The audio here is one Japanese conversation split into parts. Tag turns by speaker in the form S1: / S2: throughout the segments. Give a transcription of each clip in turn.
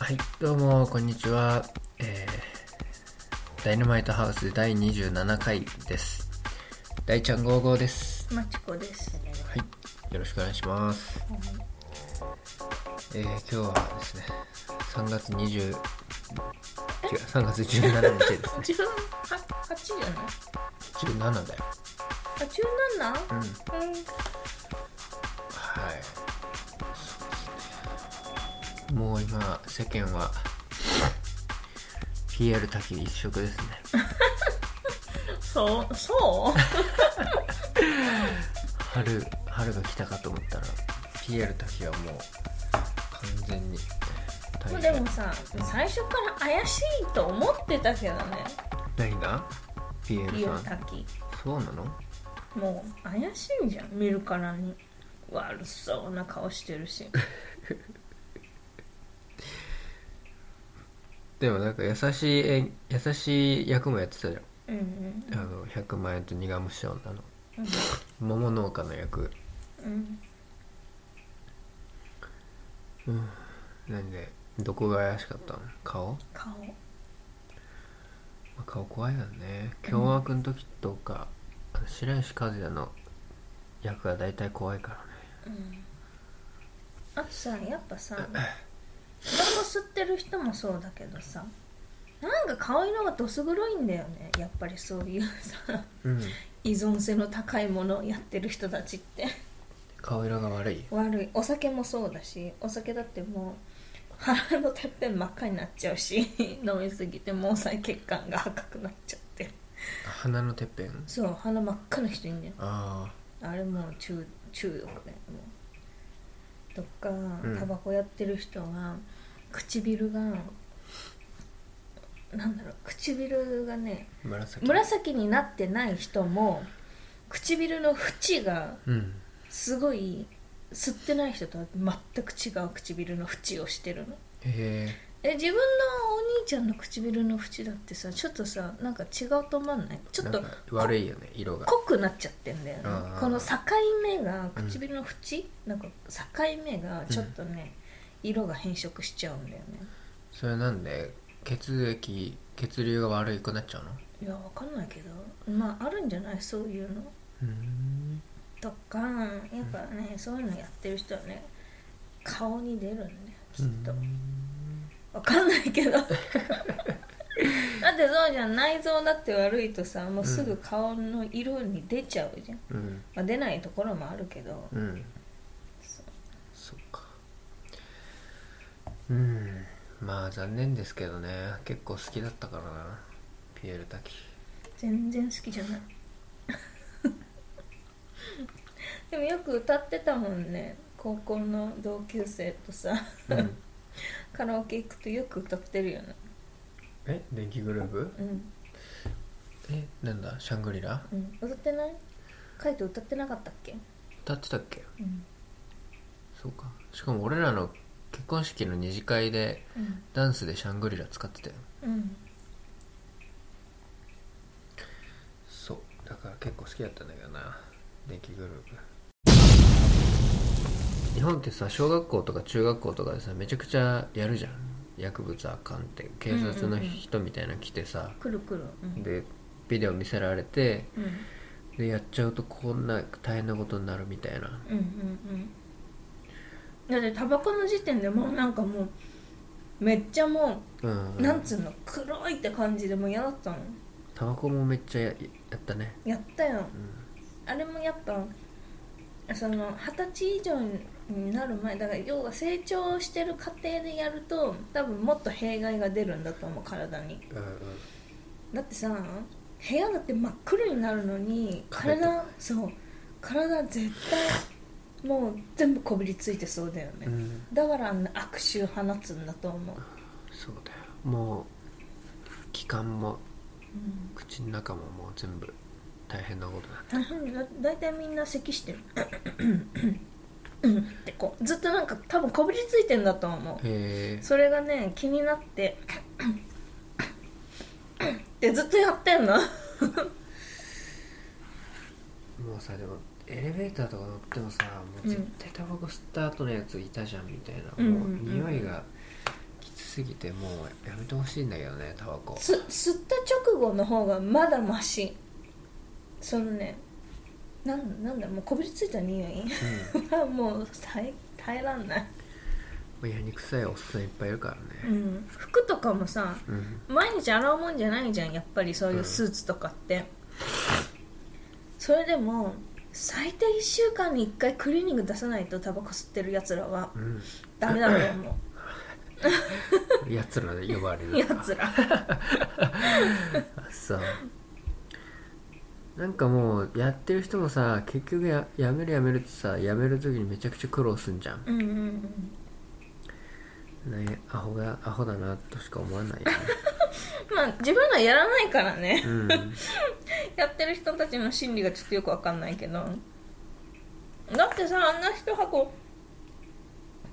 S1: はい、どうも、こんにちは。えーダイナマイトハウス第27回です。大ちゃん55です。
S2: マチコです。
S1: はい、よろしくお願いします。えー今日はですね、3月20、違う、3月17日ですね。
S2: 十八じゃない？
S1: 17だよ。
S2: あ十七？
S1: うん。
S2: うん。
S1: はい。そうですねもう今、世間は、PL 滝一色ですね。
S2: そうそ
S1: 春春が来たかと思ったら PL 滝はもう完全に大
S2: う。
S1: 変
S2: でもさ、最初から怪しいと思ってたけどね。
S1: 何が
S2: リ
S1: PL
S2: オ
S1: さん
S2: タキ。
S1: そうなの
S2: もう怪しいじゃん。見るからに悪そうな顔してるし。
S1: でもなんか優しいえ優しい役もやってたじゃ
S2: うんうん
S1: んあの100万円と苦虫女の
S2: うん
S1: 桃農家の役
S2: うん。
S1: なんでどこが怪しかったの顔、ま
S2: 顔。
S1: あ顔怖いよね凶悪の時とか、あの白石和也の役が大体怖いからね
S2: うん。あとさ、やっぱさ、タバコ吸ってる人もそうだけどさ。なんか顔色がどす黒いんだよねやっぱりそういうさ
S1: うん
S2: 依存性の高いものをやってる人たちって
S1: 顔色が悪い
S2: 悪いお酒もそうだしお酒だってもう腹のてっぺん真っ赤になっちゃうし 飲みすぎて毛細血管が赤くなっちゃって
S1: 鼻のてっぺん
S2: そう鼻真っ赤な人いんだよ
S1: ああ
S2: あれもう中中毒でもうとか
S1: うん
S2: タバコやってる人が唇がなんだろう唇がね
S1: 紫
S2: 紫になってない人も唇の縁が
S1: うん
S2: すごい吸ってない人とは全く違う唇の縁をしてるの
S1: へ
S2: え自分のお兄ちゃんの唇の縁だってさちょっとさなんか違うと思わない
S1: え
S2: ちょっと
S1: なんか悪いよね色が
S2: 濃くなっちゃってんだよね
S1: あー
S2: この境目が唇の縁、なんか境目がちょっとね、色が変色しちゃうんだよね
S1: それなんで血液血流が悪くなっちゃうの
S2: いやわかんないけどまああるんじゃないそういうの
S1: うん
S2: とかやっぱね、そういうのやってる人はね顔に出るんだよきっと。わかんないけどだってそうじゃん内臓だって悪いとさもうすぐ顔の色に出ちゃうじゃん、
S1: うん
S2: まあ、出ないところもあるけど
S1: うん
S2: そ
S1: そっかうんまあ残念ですけどね結構好きだったからなピエール滝
S2: 全然好きじゃない でもよく歌ってたもんね高校の同級生とさ
S1: うん、
S2: カラオケ行くとよく歌ってるよね
S1: え電気グループ
S2: うん
S1: えなんだシャングリラ
S2: うん歌ってないカイト歌ってなかったっけ
S1: 歌ってたっけ
S2: うん
S1: そうかしかも俺らの結婚式の二次会で
S2: うん
S1: ダンスでシャングリラ使ってたよ
S2: うん
S1: そうだから結構好きだったんだけどな電気グループ日本ってさ小学校とか中学校とかでさめちゃくちゃやるじゃん薬物あかんって警察の人みたいなの来てさ、
S2: くるくるうん
S1: でビデオ見せられて
S2: うん
S1: でやっちゃうとこんな大変なことになるみたいな
S2: うんうんうんだってタバコの時点でもうなんかもうめっちゃも
S1: うん、
S2: うなんつうの黒いって感じでもう嫌だったの
S1: タバコもめっちゃややったね
S2: やったよ
S1: う
S2: あれもやっぱその二十歳以上になる前だから要は成長してる過程でやると多分もっと弊害が出るんだと思う体に
S1: んうんうん
S2: だってさ部屋だって真っ黒になるのに
S1: 壁とか
S2: 体そう体絶対もう全部こびりついてそうだよね、
S1: うん
S2: だからあんな悪臭放つんだと思う、
S1: そうだよもう気管も
S2: うん、
S1: 口の中ももう全部大変なことだ
S2: 大変だ大体みんな咳してるうんってこうずっとなんか多分こびりついてんだと思
S1: へ
S2: う
S1: え
S2: それがね気になってってずっとやってんの
S1: まもうさでもエレベーターとか乗ってもさもう絶対タバコ吸った後のやついたじゃんみたいな、
S2: うん
S1: もう
S2: うんうん
S1: 匂いがきつすぎてもうやめてほしいんだけどねタバコ
S2: す吸った直後の方がまだマシそのねなんなんだもうこびりついた匂い
S1: うん
S2: もう耐え耐えらんない、
S1: もうやにくさいおっさんいっぱいいるから
S2: う
S1: ね
S2: ん、服とかもさ
S1: うん
S2: 毎日洗うもんじゃないじゃんやっぱりそういうスーツとかって、それでも最低1週間に1回クリーニング出さないとタバコ吸ってるやつらは
S1: うん、
S2: ダメだと思
S1: やつらで呼ばれ
S2: う
S1: る
S2: や
S1: から
S2: つら
S1: あそうなんかもうやってる人もさ結局ややめるやめるってさやめる時にめちゃくちゃ苦労すんじゃん
S2: うんうんうん
S1: ねアホがアホだなとしか思わない よね
S2: まあ自分らやらないからね
S1: うん
S2: やってる人たちの心理がちょっとよくわかんないけどだってさあんな一箱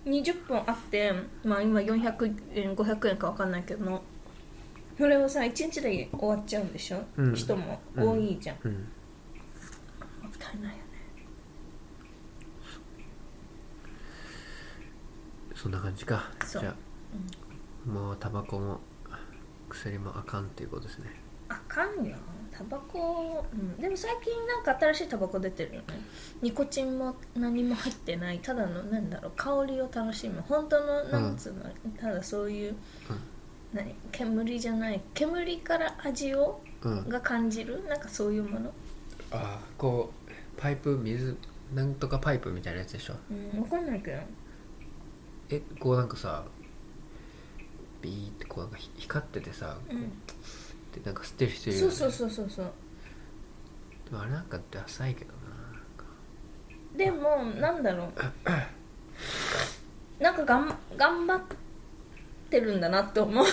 S2: 20本あってまあ今400円500円かわかんないけどそれをさ1日で終わっちゃうんでしょ、
S1: うん
S2: 人も多いじゃん、
S1: うん
S2: もったいないよね
S1: そんな感じかじ
S2: そう
S1: ゃあ、もうタバコも薬もあかんっていうことですね
S2: あかんよタバコ、うん、でも最近なんか新しいタバコ出てるよねニコチンも何も入ってないただのなんだろう香りを楽しむ本当のなんつうの、ただそういう、何煙じゃない煙から味を
S1: うん
S2: が感じるなんかそういうもの、
S1: ああこうパイプ水なんとかパイプみたいなやつでしょ
S2: うん、わかんないけど
S1: えこうなんかさビーってこうなんかひ光っててさ、
S2: う
S1: こ
S2: ん
S1: うでなんか吸ってる人いるよ
S2: そう
S1: ね
S2: そうそうそうそう
S1: でもあれなんかダサいけどな
S2: でもなんだ ろうなんかがん頑張ってるんだなって思う
S1: なんか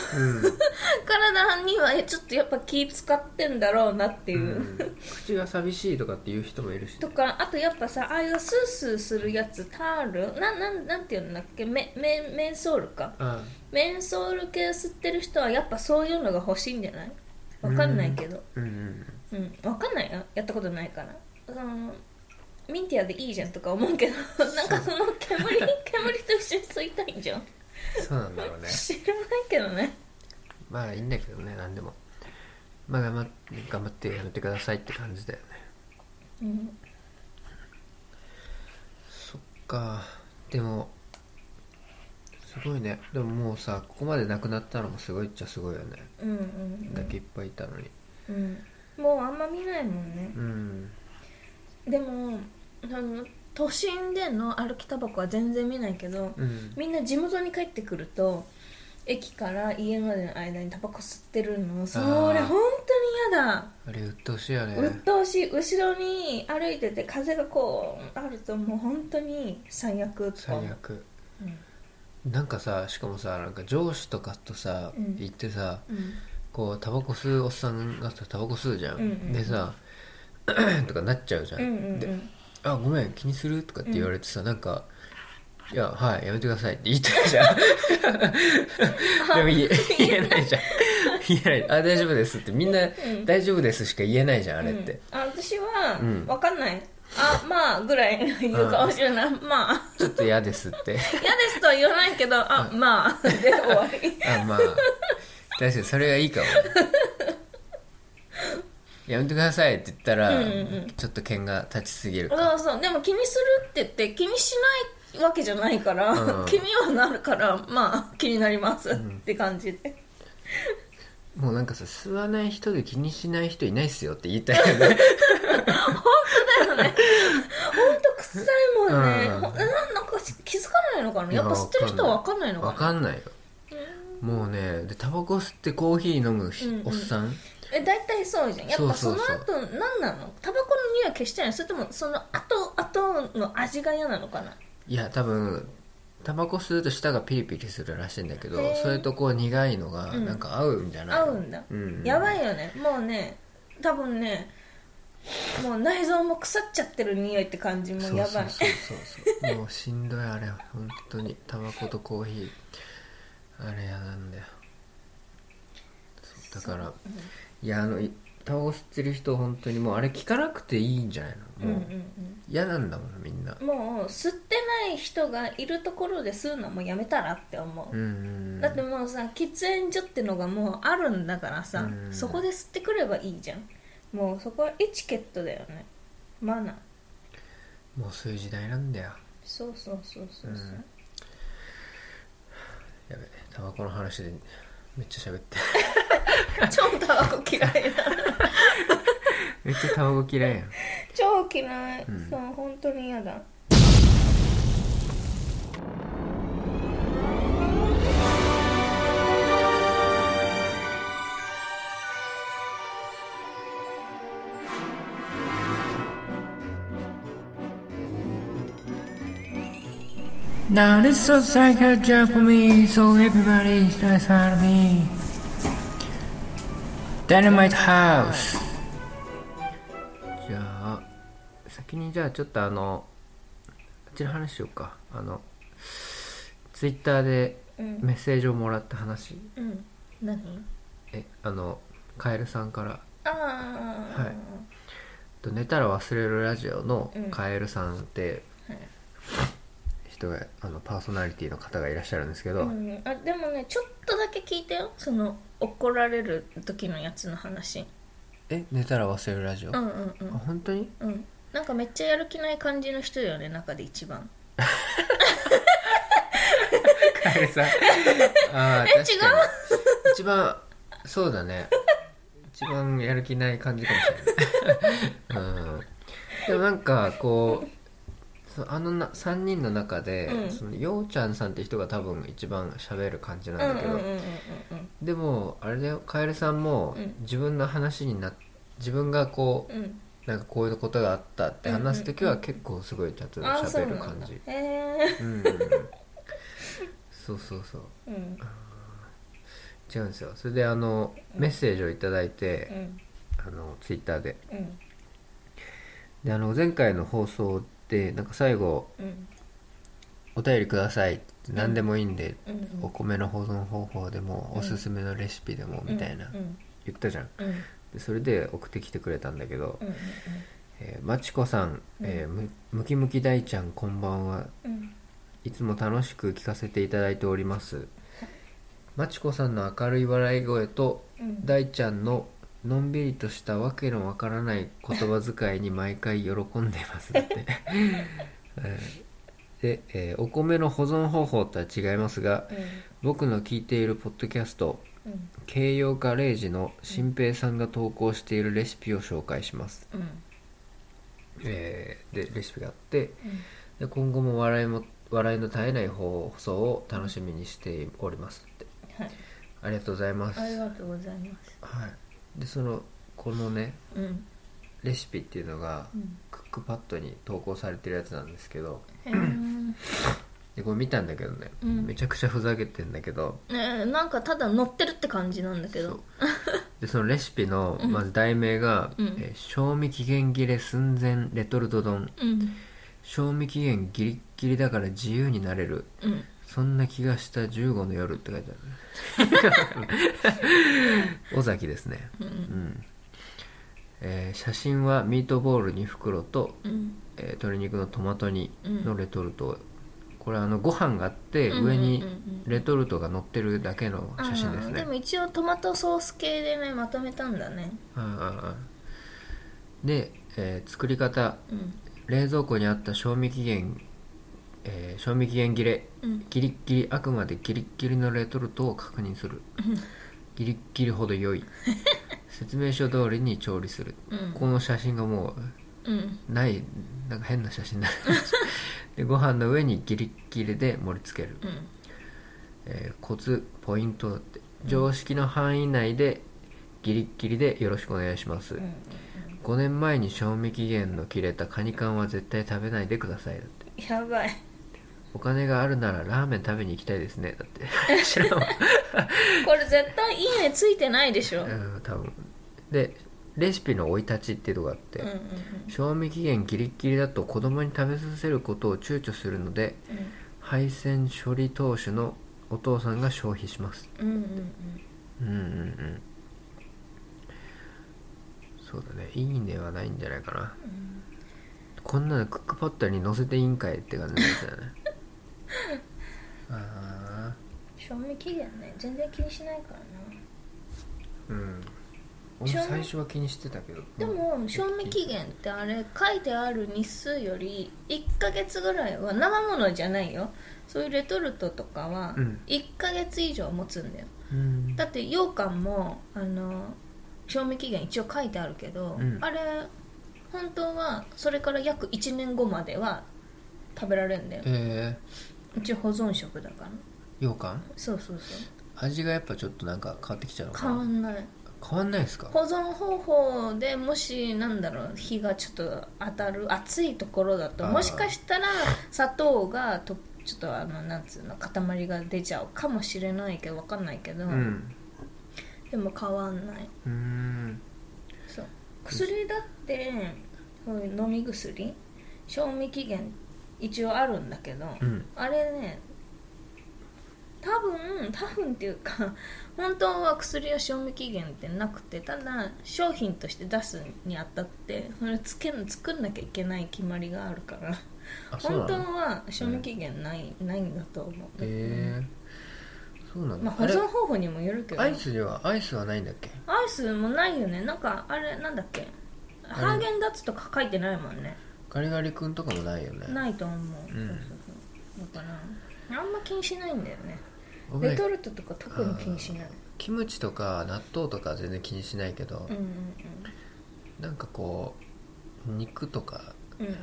S2: 体にはちょっとやっぱ気使ってんだろうなって
S1: う
S2: い
S1: ん、
S2: う、
S1: うん口が寂しいとかっていう人もいるしね、
S2: とかあとやっぱさああいうスースーするやつタールななんなんていうんだっけメメメンソールか
S1: あ
S2: メンソール系吸ってる人はやっぱそういうのが欲しいんじゃないわかんないけど
S1: あうんうん
S2: うん、わかんないよやったことないからそのミンティアでいいじゃんとか思う けどなんかその煙煙と一緒に吸いたいじゃん
S1: そうなんだろうね
S2: 知らないけどね
S1: まあいいんだけどね何でもまあ頑張っ頑張ってやめてくださいって感じだよね
S2: うん
S1: そっかでもすごいねでももうさここまでなくなったのもすごいっちゃすごいよね
S2: うんうん
S1: だけいっぱいいたのに
S2: うん、うん、もうあんま見ないもんね
S1: うん
S2: でもあの都心での歩きタバコは全然見ないけど
S1: うん
S2: みんな地元に帰ってくると駅から家までの間にタバコ吸ってるのそれ本当に嫌だ
S1: あれ鬱陶しいよね
S2: 鬱陶しい後ろに歩いてて風がこうあるともう本当に最悪とか
S1: 最悪なんかさしかもさなんか上司とかとさ、
S2: うん
S1: 行ってさ
S2: うんうん
S1: こうタバコ吸うおっさんがさタバコ吸うじゃん、
S2: うんうんうん
S1: でさ とかなっちゃうじゃん,、
S2: うんうんう
S1: で
S2: ん
S1: 「あごめん気にする?」とかって言われてさ、なんか「いやはいやめてください」って言ったじ ゃんでも言え言えないじゃん言えない「あ大丈夫です」ってみんな
S2: ん
S1: 「大丈夫です」しか言えないじゃんあれっ
S2: うん
S1: て、
S2: あ私は、
S1: うん
S2: わかんないあまあぐらい言うかもしれない、まあ
S1: ちょっと嫌ですって
S2: 嫌ですとは言わないけどあまあで終わり
S1: あまあ確かにそれがいいかもやめてくださいって言ったら、
S2: うんうんうん
S1: ちょっと剣が立ちすぎるか
S2: そうそうでも気にするって言って気にしないわけじゃないから、
S1: うん
S2: 気にはなるからまあ気になりますって感じで、
S1: もうなんかさ吸わない人で気にしない人いないっすよって言いたいよね
S2: ほんと臭いもんね、
S1: うん
S2: ほん、なんなんか気づかないのかなやっぱ吸ってる人は分かんないの
S1: わ
S2: かな
S1: かんないよもうねでタバコ吸ってコーヒー飲むひ
S2: うんうん
S1: おっさん
S2: え大体そうじゃんやっぱ
S1: そ
S2: そうの
S1: そうそう
S2: 後何なのタバコの匂い消したいのそれともその後後の味が嫌なのかない
S1: や多分タバコ吸うと舌がピリピリするらしいんだけ
S2: へ
S1: ど
S2: ー
S1: それとこう苦いのが
S2: うん
S1: なんか合うんじゃない
S2: 合うんだ、
S1: うん
S2: やばいよねもうね多分ねもう内臓も腐っちゃってる匂いって感じも
S1: そう
S2: や
S1: そ
S2: ば
S1: う
S2: い
S1: そうそうもうしんどいあれは本当にタバコとコーヒーあれやなんだよそうだからいやあのいタバコ吸ってる人本当にもうあれ聞かなくていいんじゃない
S2: うん
S1: のも
S2: うん
S1: う嫌なんだもんみんな
S2: うんもう吸ってない人がいるところで吸うのはもうやめたらって思
S1: う
S2: う、
S1: んうん
S2: だってもうさ喫煙所ってのがもうあるんだからさ、
S1: うん
S2: そこで吸ってくればいいじゃんもうそこはエチケットだよねマナー
S1: もうそういう時代なんだよ
S2: そうそうそうそうそう、
S1: うんやべタバコの話でめっちゃ喋って
S2: 超タバコ嫌 いな
S1: めっちゃタバコ嫌いやん
S2: 超嫌い、
S1: うん
S2: そう本当に嫌だ
S1: なるそ最高ジャンプミー、so everybody is nice out of me. Dynamite House. じゃあ、先にじゃあちょっとあの、あっちの話しようか。あの、ツイッターで
S2: うん
S1: メッセージをもらった話。
S2: うん何
S1: え、あの、カエルさんから、
S2: ああ
S1: はいと寝たら忘れるラジオの
S2: うん
S1: カエルさんって
S2: はい
S1: 人が、あの、パーソナリティの方がいらっしゃるんですけ
S2: う
S1: ど、
S2: ん、あでもねちょっとだけ聞いたよその怒られる時のやつの話
S1: え、寝たら忘れるラジオ、
S2: う
S1: あ、
S2: んうんうん
S1: 本 当に
S2: うんなんかめっちゃやる気ない感じの人だよね中で一番
S1: あれさあー確かに一番そうだね一番やる気ない感じかもしれ ない、うん、でもなんかこうそあのな3人の中で、
S2: うん
S1: そのようちゃんさんって人が多分一番喋る感じ
S2: う
S1: なん
S2: うんうんん
S1: だ
S2: う
S1: け
S2: ん
S1: ど、
S2: うんうん
S1: でもあれだよカエルさんも
S2: うん
S1: 自分の話になっ自分がこう
S2: うんうん
S1: なんかこういうことがあったって話す時
S2: うん
S1: は
S2: うん
S1: 結構すごいちゃんと
S2: ああそう
S1: 喋る
S2: なん
S1: 感
S2: だ
S1: じ
S2: へえ
S1: うんうんうんそうそうそう
S2: うん
S1: 違うんですよそれであのメッセージをいただいて
S2: う、ん
S1: あのツイッターで
S2: うん
S1: であの前回の放送でなんか最後
S2: うん
S1: 「お便りください」何でもいいんで、
S2: うんうん
S1: お米の保存方法でも、
S2: うん
S1: おすすめのレシピでもみたいな、
S2: うん
S1: 言ったじゃん
S2: うんうん
S1: でそれで送ってきてくれたんだけど、
S2: うん
S1: えーまちこさん、えーむムキムキ大ちゃんこんばんは
S2: うん
S1: いつも楽しく聞かせていただいておりますまちこさんの明るい笑い声と
S2: うん
S1: 大ちゃんののんびりとしたわけのわからない言葉遣いに毎回喜んでますだって えーで、えーお米の保存方法とは違いますが僕の聞いているポッドキャスト
S2: うん
S1: 「軽養ガレージ」の新平さんが投稿しているレシピを紹介します、
S2: うん
S1: えーでレシピがあって
S2: うん
S1: で今後も笑いも笑いの絶えない放送を楽しみにしておりますって
S2: はい
S1: ありがとうございます
S2: ありがとうございます
S1: はい、でそのこのね
S2: うん
S1: レシピっていうのが
S2: うん
S1: クックパッドに投稿されてるやつなんですけど
S2: へえ
S1: でこれ見たんだけどね、
S2: うん
S1: めちゃくちゃふざけてんだけど
S2: ねえなんかただ乗ってるって感じなんだけ
S1: そう
S2: ど
S1: でそのレシピの
S2: うん
S1: まず題名が、
S2: うん
S1: えー賞味期限切れ寸前レトルト丼
S2: うん
S1: 賞味期限ギリッギリだから自由になれる
S2: うん
S1: そんな気がした15の夜って書いてあ る尾崎ですね
S2: う
S1: うんん、えー写真はミートボール2袋と
S2: うん
S1: えー鶏肉のトマト煮
S2: うん
S1: のレトルト、これあのご飯があって
S2: うん
S1: 上に
S2: うんうんうん
S1: レトルトが乗ってるだけの写真です
S2: あー
S1: ね
S2: でも一応トマトソース系でねまとめたんだね
S1: うんうんうんで、えー作り方
S2: うん
S1: 冷蔵庫にあった賞味期限、えー賞味期限切れ
S2: うん
S1: ギリッギリあくまでギリッギリのレトルトを確認するギリッギリほど 良い説明書通りに調理する
S2: うん
S1: この写真がもう
S2: うん
S1: ないなんか変な写真 だでご飯の上にギリッギリで盛り付ける、
S2: うん
S1: えーコツポイントだって常識の範囲内でギリッギリでよろしくお願いします、
S2: うん
S1: 5年前に賞味期限の切れたカニ缶は絶対食べないでくださいだって
S2: やばい
S1: お金があるならラーメン食べに行きたいですねだ って知らんわ
S2: これ絶対いいねついてないでしょ
S1: うん多分でレシピの生い立ちっていうとこがあって、
S2: うんうん
S1: 賞味期限ギリッギリだと子供に食べさせることを躊躇するので配線処理投手のお父さんが消費します
S2: うんうんう
S1: う
S2: ん
S1: んうんうんそうだねいいんではないんじゃないかな、こんなのクックパッドに乗せていいんかいって感じです よねああ
S2: 賞味期限ね全然気にしないからな
S1: うん俺も最初は気にしてたけど
S2: でも賞味期限ってあれ書いてある日数より1ヶ月ぐらいは生ものじゃないよそういうレトルトとかは
S1: うん
S2: 1ヶ月以上持つんだよ、
S1: うん
S2: だって羊羹もあの賞味期限一応書いてあるけど、
S1: うん
S2: あれ本当はそれから約1年後までは食べられるんだよ
S1: え
S2: うち保存食だから
S1: ー、羊羹
S2: そうそうそう
S1: 味がやっぱちょっとなんか変わってきちゃうのか
S2: 変わ
S1: なん
S2: ない
S1: 変わんないですか
S2: 保存方法でもしなんだろう日がちょっと当たる暑いところだと
S1: あー
S2: もしかしたら砂糖がとちょっとあのなんつうの塊が出ちゃうかもしれないけどわかんないけど、
S1: うん
S2: でも変わんないう
S1: ーん
S2: そう薬だってそういう飲み薬賞味期限一応あるんだけど、
S1: うん
S2: あれね多分多分っていうか本当は薬は賞味期限ってなくてただ商品として出すにあたってそれつけん作んなきゃいけない決まりがあるから
S1: あそう
S2: 本
S1: な
S2: 当
S1: の
S2: は賞味期限ない,、ないんだと思う、
S1: えー、そうなんだ、
S2: まあ、保
S1: あれ
S2: 存方法にもよるけど
S1: ア
S2: ア
S1: イスではアイスはないんだっけ
S2: イスもないよねなんかあれなんだっけ
S1: れ
S2: ハーゲンダッツとか書いてないもんね
S1: ガリガリ君とかもないよね
S2: ないと思う,、
S1: うん
S2: そうそうそうだからあんま気にしないんだよね
S1: 僕ね
S2: レトルトとか特に気にしない
S1: キムチとか納豆とか全然気にしないけど
S2: うん、うん
S1: なんかこう肉とか
S2: うんうん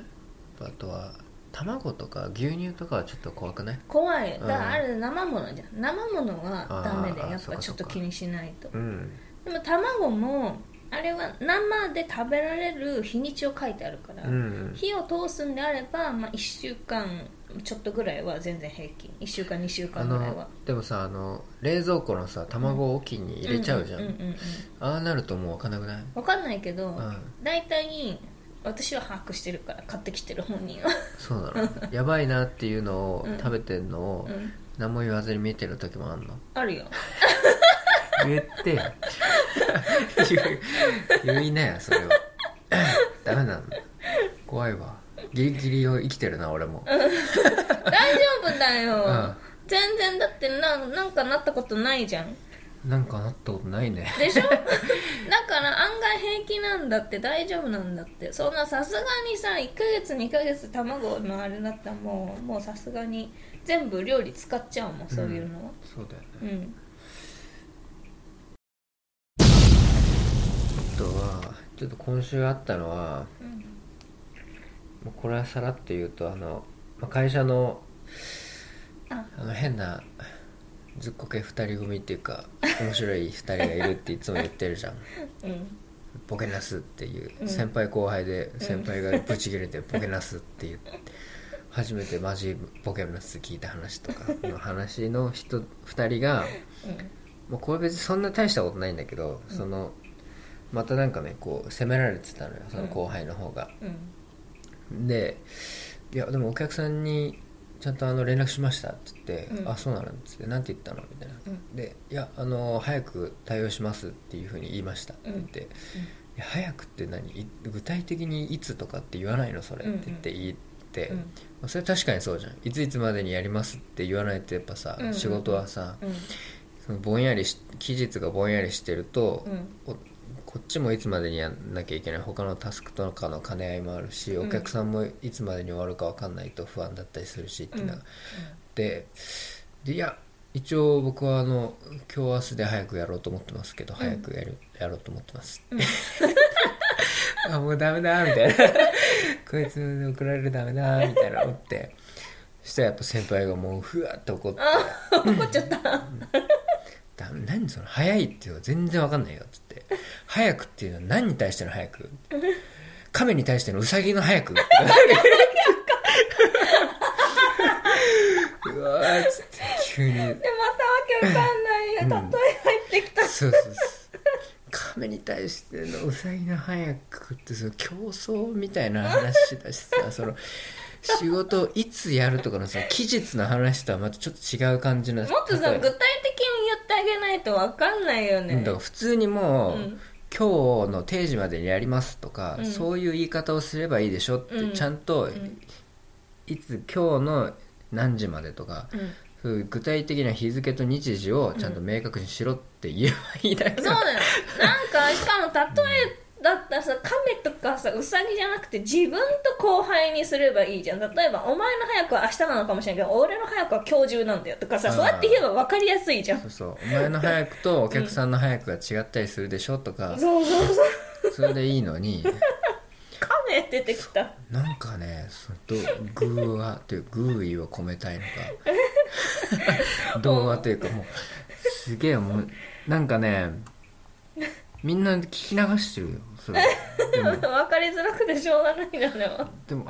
S1: あとは卵とか牛乳とかはちょっと怖くない
S2: 怖いだか
S1: うん
S2: らあれ生ものじゃん生ものはダメで
S1: あー
S2: やっ
S1: そっ
S2: ぱ
S1: か
S2: ち
S1: そ
S2: ょ
S1: っ
S2: っ
S1: か
S2: と気にしないと
S1: うん
S2: でも卵もあれは生で食べられる日にちを書いてあるから、
S1: うん
S2: 火を通すんであれば、まあ、1週間ちょっとぐらいは全然平均1週間2週
S1: あ
S2: 間ぐらいは
S1: のでもさあの冷蔵庫のさ卵を置きに入れちゃうじゃん,、
S2: うんうんうんうん
S1: ああなるともう分かんなくない
S2: 分かんないけど、
S1: うん
S2: 大体私は把握してるから買ってきてる本人は、
S1: そうなのやばいなっていうのを
S2: うん
S1: 食べてんのを
S2: うん、
S1: 何も言わずに見てる時もあんの
S2: あるよ
S1: 言ってよ 言う言いなよそれは ダメなんだ怖いわギリギリを生きてるな俺も
S2: 大丈夫だよ、
S1: うん
S2: 全然だってななんかなったことないじゃん
S1: なんかなったことないね
S2: でしょだから案外平気なんだって大丈夫なんだってそんなさすがにさ1ヶ月2ヶ月卵のあれだったらもうもうさすがに全部料理使っちゃうもんそういうのは
S1: そうだよね
S2: うん、
S1: あとはちょっと今週あったのは
S2: うん
S1: もうこれはさらっと言うとあの、まあ、会社の
S2: あ
S1: あの変なずっこけ2人組っていうか面白い2人がいるっていつも言ってるじゃん
S2: うん
S1: ボケなすっていう
S2: うん
S1: 先輩後輩で先輩がブチ切れてボケなすって言って初めてマジボケなす聞いた話とかの話の人2人がもうこれ別にそんな大したことないんだけどそのまたなんかねこう責められてたのよその後輩の方が。
S2: うんうん
S1: で「いやでもお客さんにちゃんとあの連絡しました」って言って「
S2: うん
S1: あそうなの」っつって「なんて言ったの?」みたいな「
S2: うん
S1: でいやあの早く対応します」っていうふうに言いましたって
S2: うん
S1: 言って「いや早くって何い具体的にいつとかって言わないのそれ」っ
S2: うんうん
S1: て言って言って、
S2: うん
S1: まあそれ確かにそうじゃんいついつまでにやりますって言わないとやっぱさ、
S2: うんうん
S1: 仕事はさ
S2: うん
S1: そのぼんやりし期日がぼんやりしてると、
S2: うん
S1: おこっちもいつまでにやんなきゃいけない他のタスクとかの兼ね合いもあるし
S2: う
S1: お
S2: ん
S1: 客さんもいつまでに終わるか分かんないと不安だったりするしってな、
S2: うん
S1: ででいや一応僕はあの今日明日で早くやろうと思ってますけど早くやる、やろうと思ってます、 あもうダメだみたいなこいつに怒られるダメだみたいな思ってそしたらやっぱ先輩がもうふわっと怒って
S2: 怒っちゃった
S1: だ何その早いっていうのは全然わかんないよっつって早くっていうのは何に対しての早 く亀に対してのウサギの早くうわーっつって急に
S2: でまたわけわかんないよ例
S1: う
S2: え
S1: ん
S2: 入ってきた
S1: そうそうそう亀に対してのウサギの早くってその競争みたいな話だし さその仕事をいつやるとかのさ期日の話とはまたちょっと違う感じの
S2: もっとさ
S1: 例え
S2: 具体的に言ってあげないとわかんないよね
S1: だから普通にもう、
S2: うん
S1: 今日の定時までにやりますとか、
S2: うん
S1: そういう言い方をすればいいでしょって、
S2: うん
S1: ちゃんと、いつ今日の何時までとか、
S2: うん
S1: そういう具体的な日付と日時をちゃんと明確にしろって言えばいいだけ
S2: そうだ
S1: だ、
S2: よなんかしかも例えだったらさ亀とかさウサギじゃなくて自分と後輩にすればいいじゃん例えばお前の早くは明日なのかもしれないけど俺の早くは今日中なんだよとかさ
S1: うん
S2: そうやって言えば分かりやすいじゃん
S1: そうそうお前の早くとお客さんの早くが違ったりするでしょとか、
S2: そうそうそう
S1: それでいいのに
S2: 亀出てきた
S1: なんかねそのど偶話という偶意を込めたいのか童話というかもうすげえもうなんかねみんな聞き流してるよそれでも
S2: 分かりづらくてしょうがないんだよ
S1: でも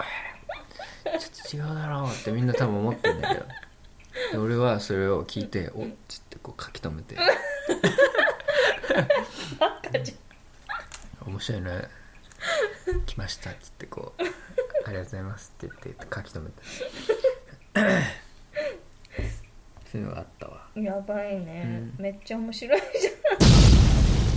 S1: えーちょっと違うだろうってみんな多分思ってんだけどで俺はそれを聞いておっちってこう書き留めて
S2: バカじ
S1: 面白いね来ましたっつってこう「ありがとうございます」って言って書き留めたそういうのがあったわ
S2: ゃんやばいね、
S1: う
S2: めっちゃ面白いじゃん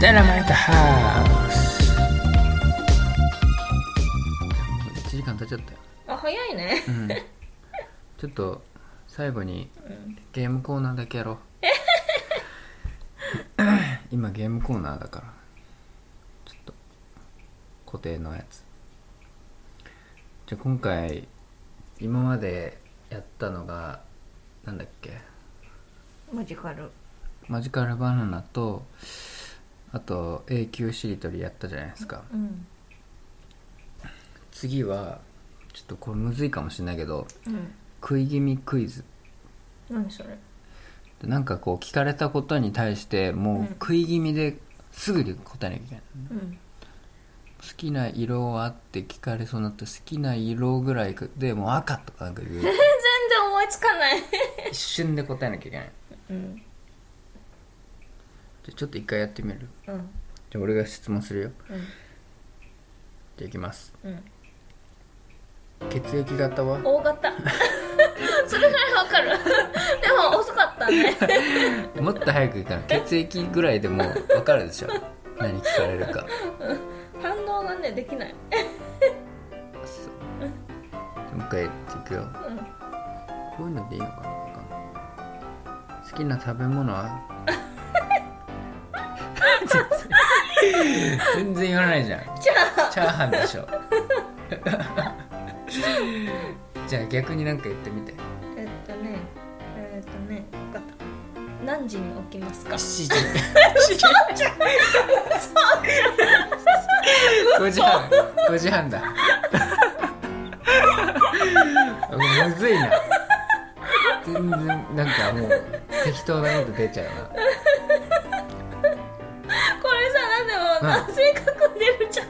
S1: ダラマイトハウス1時間経っちゃったよ、
S2: あ早いね
S1: うん、ちょっと最後に
S2: うん
S1: ゲームコーナーだけや ろう今ゲームコーナーだからちょっと固定のやつじゃあ今回今までやったのがなんだっけ
S2: マジカル
S1: マジカルバナナとあと永久しりとりやったじゃないですか
S2: うん
S1: 次はちょっとこれむずいかもしれないけど
S2: うん
S1: 食い気味クイズ
S2: 何それ
S1: でなんかこう聞かれたことに対しても
S2: うん
S1: う食い気味ですぐに答えなきゃいけない、
S2: うん
S1: 好きな色はって聞かれそうになったら好きな色ぐらいでもう赤とかなんか言う
S2: 全然思いつかない
S1: 一瞬で答えなきゃいけない
S2: うん
S1: じゃあちょっと一回やってみる
S2: うん
S1: じゃあ俺が質問するよ
S2: うん
S1: じゃあいきます
S2: うん
S1: 血液型は
S2: 大型それぐらいわかるでも遅かったね
S1: もっと早く行かない血液ぐらいでもう分かるでしょ何聞かれるか
S2: 反応がねできない
S1: そうもう一回やっていくよ
S2: うん
S1: こういうのでいいのかなわかんない好きな食べ物は全然全然言わないじゃん
S2: じゃあ
S1: チャーハンでしょじゃあ逆になんか言ってみて
S2: えっとねえっとねわかった何時に起きますか
S1: 7時5時半5時半だむずいな全然なんかもう適当なこと出ちゃう
S2: これさなんでも
S1: う
S2: 性格出るじゃん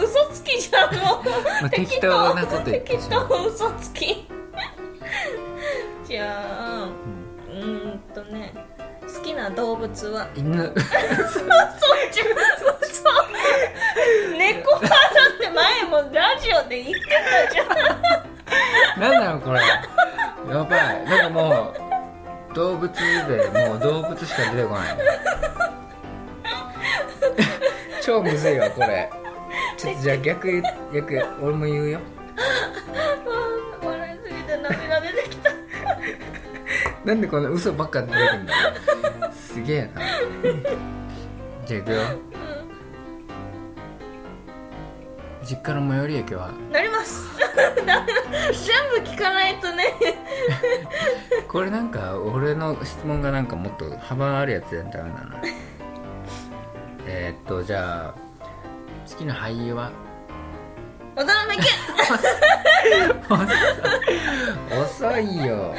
S2: 超嘘つきじゃんも
S1: な、まあ、
S2: う
S1: 適当なこと言って
S2: 適
S1: しまう、
S2: 当嘘つきじゃあ
S1: うん
S2: うーんとね好きな動物は
S1: 犬
S2: そう自分そう猫派だって前もラジオで言ってたじゃん
S1: なんなのこれやばいなんかもう動物でもう動物しか出てこない 超むずいわこれちょっとじゃあ逆逆俺も言うよ
S2: うん笑いすぎて涙出てきた
S1: なんでこんな嘘ばっか出てくんだすげえなじゃあ行くよ実家の最寄り駅は
S2: なります だ全部聞かないとね
S1: これなんか俺の質問がなんかもっと幅あるやつじゃダメなのえーっとじゃあ好きな俳優は
S2: 渡辺謙
S1: 遅いよ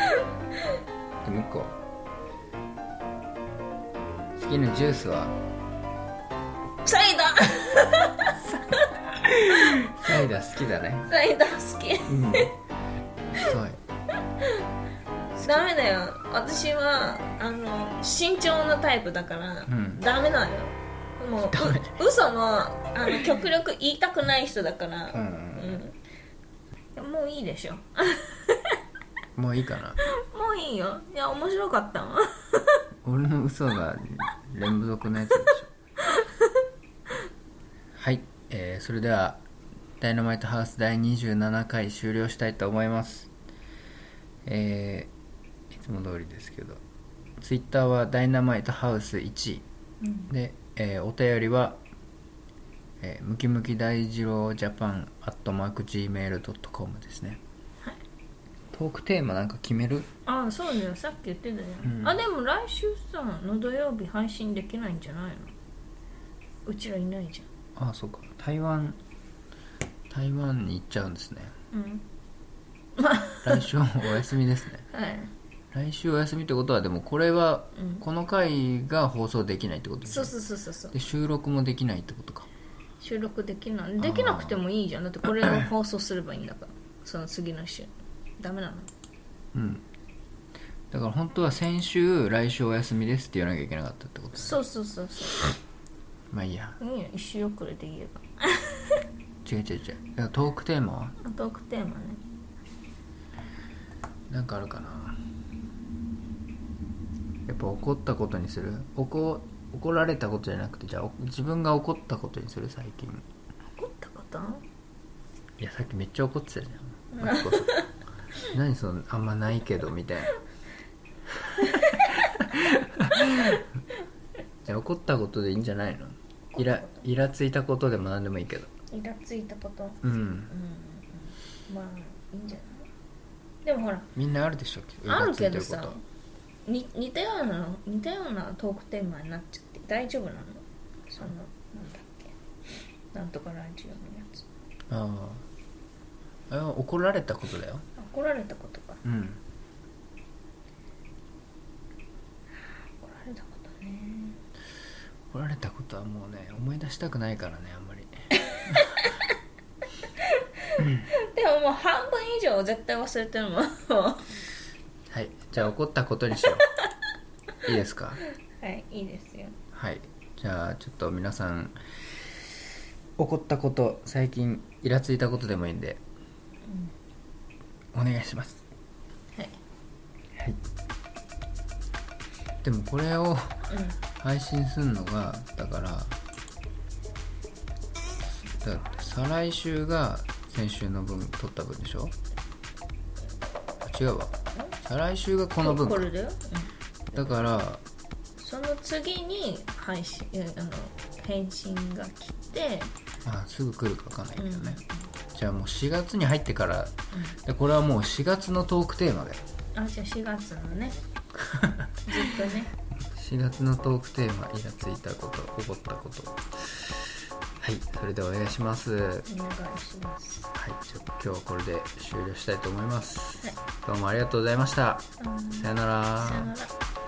S1: でもう一個好きなジュースは
S2: サイダー
S1: サイダー好きだね
S2: サイダー好き
S1: うん遅い
S2: ダメだよ私はあの慎重なタイプだから、
S1: ん
S2: ダメなのよもうう嘘もあの極力言いたくない人だから、
S1: うん
S2: うんもういいでしょ
S1: もういいかな
S2: もういいよいや面白かったわ
S1: 俺の嘘が連続のやつでしょはい、えーそれでは「ダイナマイトハウス第27回」終了したいと思いますえーいつも通りですけど Twitter は「ダイナマイトハウス1」で、えーお便りは、えームキムキ大二郎ジャパンアットマーク Gmail.com ですね、トークテーマなんか決める
S2: ああそうだよさっき言ってたじゃん、
S1: うん
S2: あでも来週さの土曜日配信できないんじゃないのうちらいないじ
S1: ああそうか台湾台湾に行っちゃうん ですね
S2: ゃんうん
S1: 来週お休みですね
S2: はい
S1: 来週お休みってことはでもこれは、
S2: うん
S1: この回が放送できないってことです
S2: そう
S1: ね
S2: そうそうそうそう
S1: で収録もできないってことか
S2: 収録できないできなくてもいいじゃんだってこれを放送すればいいんだからその次の週ダメなの
S1: うんだから本当は先週来週お休みですって言わなきゃいけなかったってことです
S2: そうそうそうそ
S1: まあいいや
S2: ういいよ一週遅れで言えば
S1: 違う違う違うだからトークテーマは
S2: あトークテーマね
S1: なんかあるかなやっぱ怒ったことにする怒怒られたことじゃなくてじゃあお自分が怒ったことにする最近
S2: 怒ったこと
S1: いやさっきめっちゃ怒ってたじゃん マツコさん何そのあんまないけどみ たいないや怒ったことでいいんじゃないのイライラついたことでも何でもいいけど
S2: イラついたこと
S1: うん
S2: うんまあいいんじゃないでもほら
S1: みんなあるでしょイ
S2: あ
S1: ラ
S2: る
S1: つい
S2: け
S1: て
S2: ど
S1: ること
S2: さに似たような似たようなトークテーマになっちゃって大丈夫なのそのなんだっけなんとかラジオのやつ
S1: あああれは怒られたことだよ
S2: 怒られたことか
S1: うん
S2: 怒られたことね
S1: 怒られたことはもうね思い出したくないからねあんまり
S2: でももう半分以上絶対忘れてるもん は
S1: はいじゃあ怒ったことにしよ ういいですか
S2: いいいですよ
S1: はいじゃあちょっと皆さん怒ったこと最近イラついたことでもいいんで、お願いします
S2: はい、
S1: はい、でもこれを配信するのがだからだから再来週が先週の分取った分でしょ違うわ再来週がこ
S2: こ
S1: の分
S2: こ
S1: か
S2: れだよ、
S1: だから
S2: その次に配信えあの返信が来て
S1: あすぐ来るか分かんないけどね、じゃあもう4月に入ってから、でこれはもう4月のトークテーマだよ
S2: あじゃあ4月の ねずっとね
S1: 4月のトークテーマイラついたこと怒ったことはいそれではお願いしますはい
S2: お願いします
S1: じゃあ今日はこれで終了したいと思います、
S2: はい
S1: どうもありがとうございました
S2: あー
S1: さよなら
S2: さよなら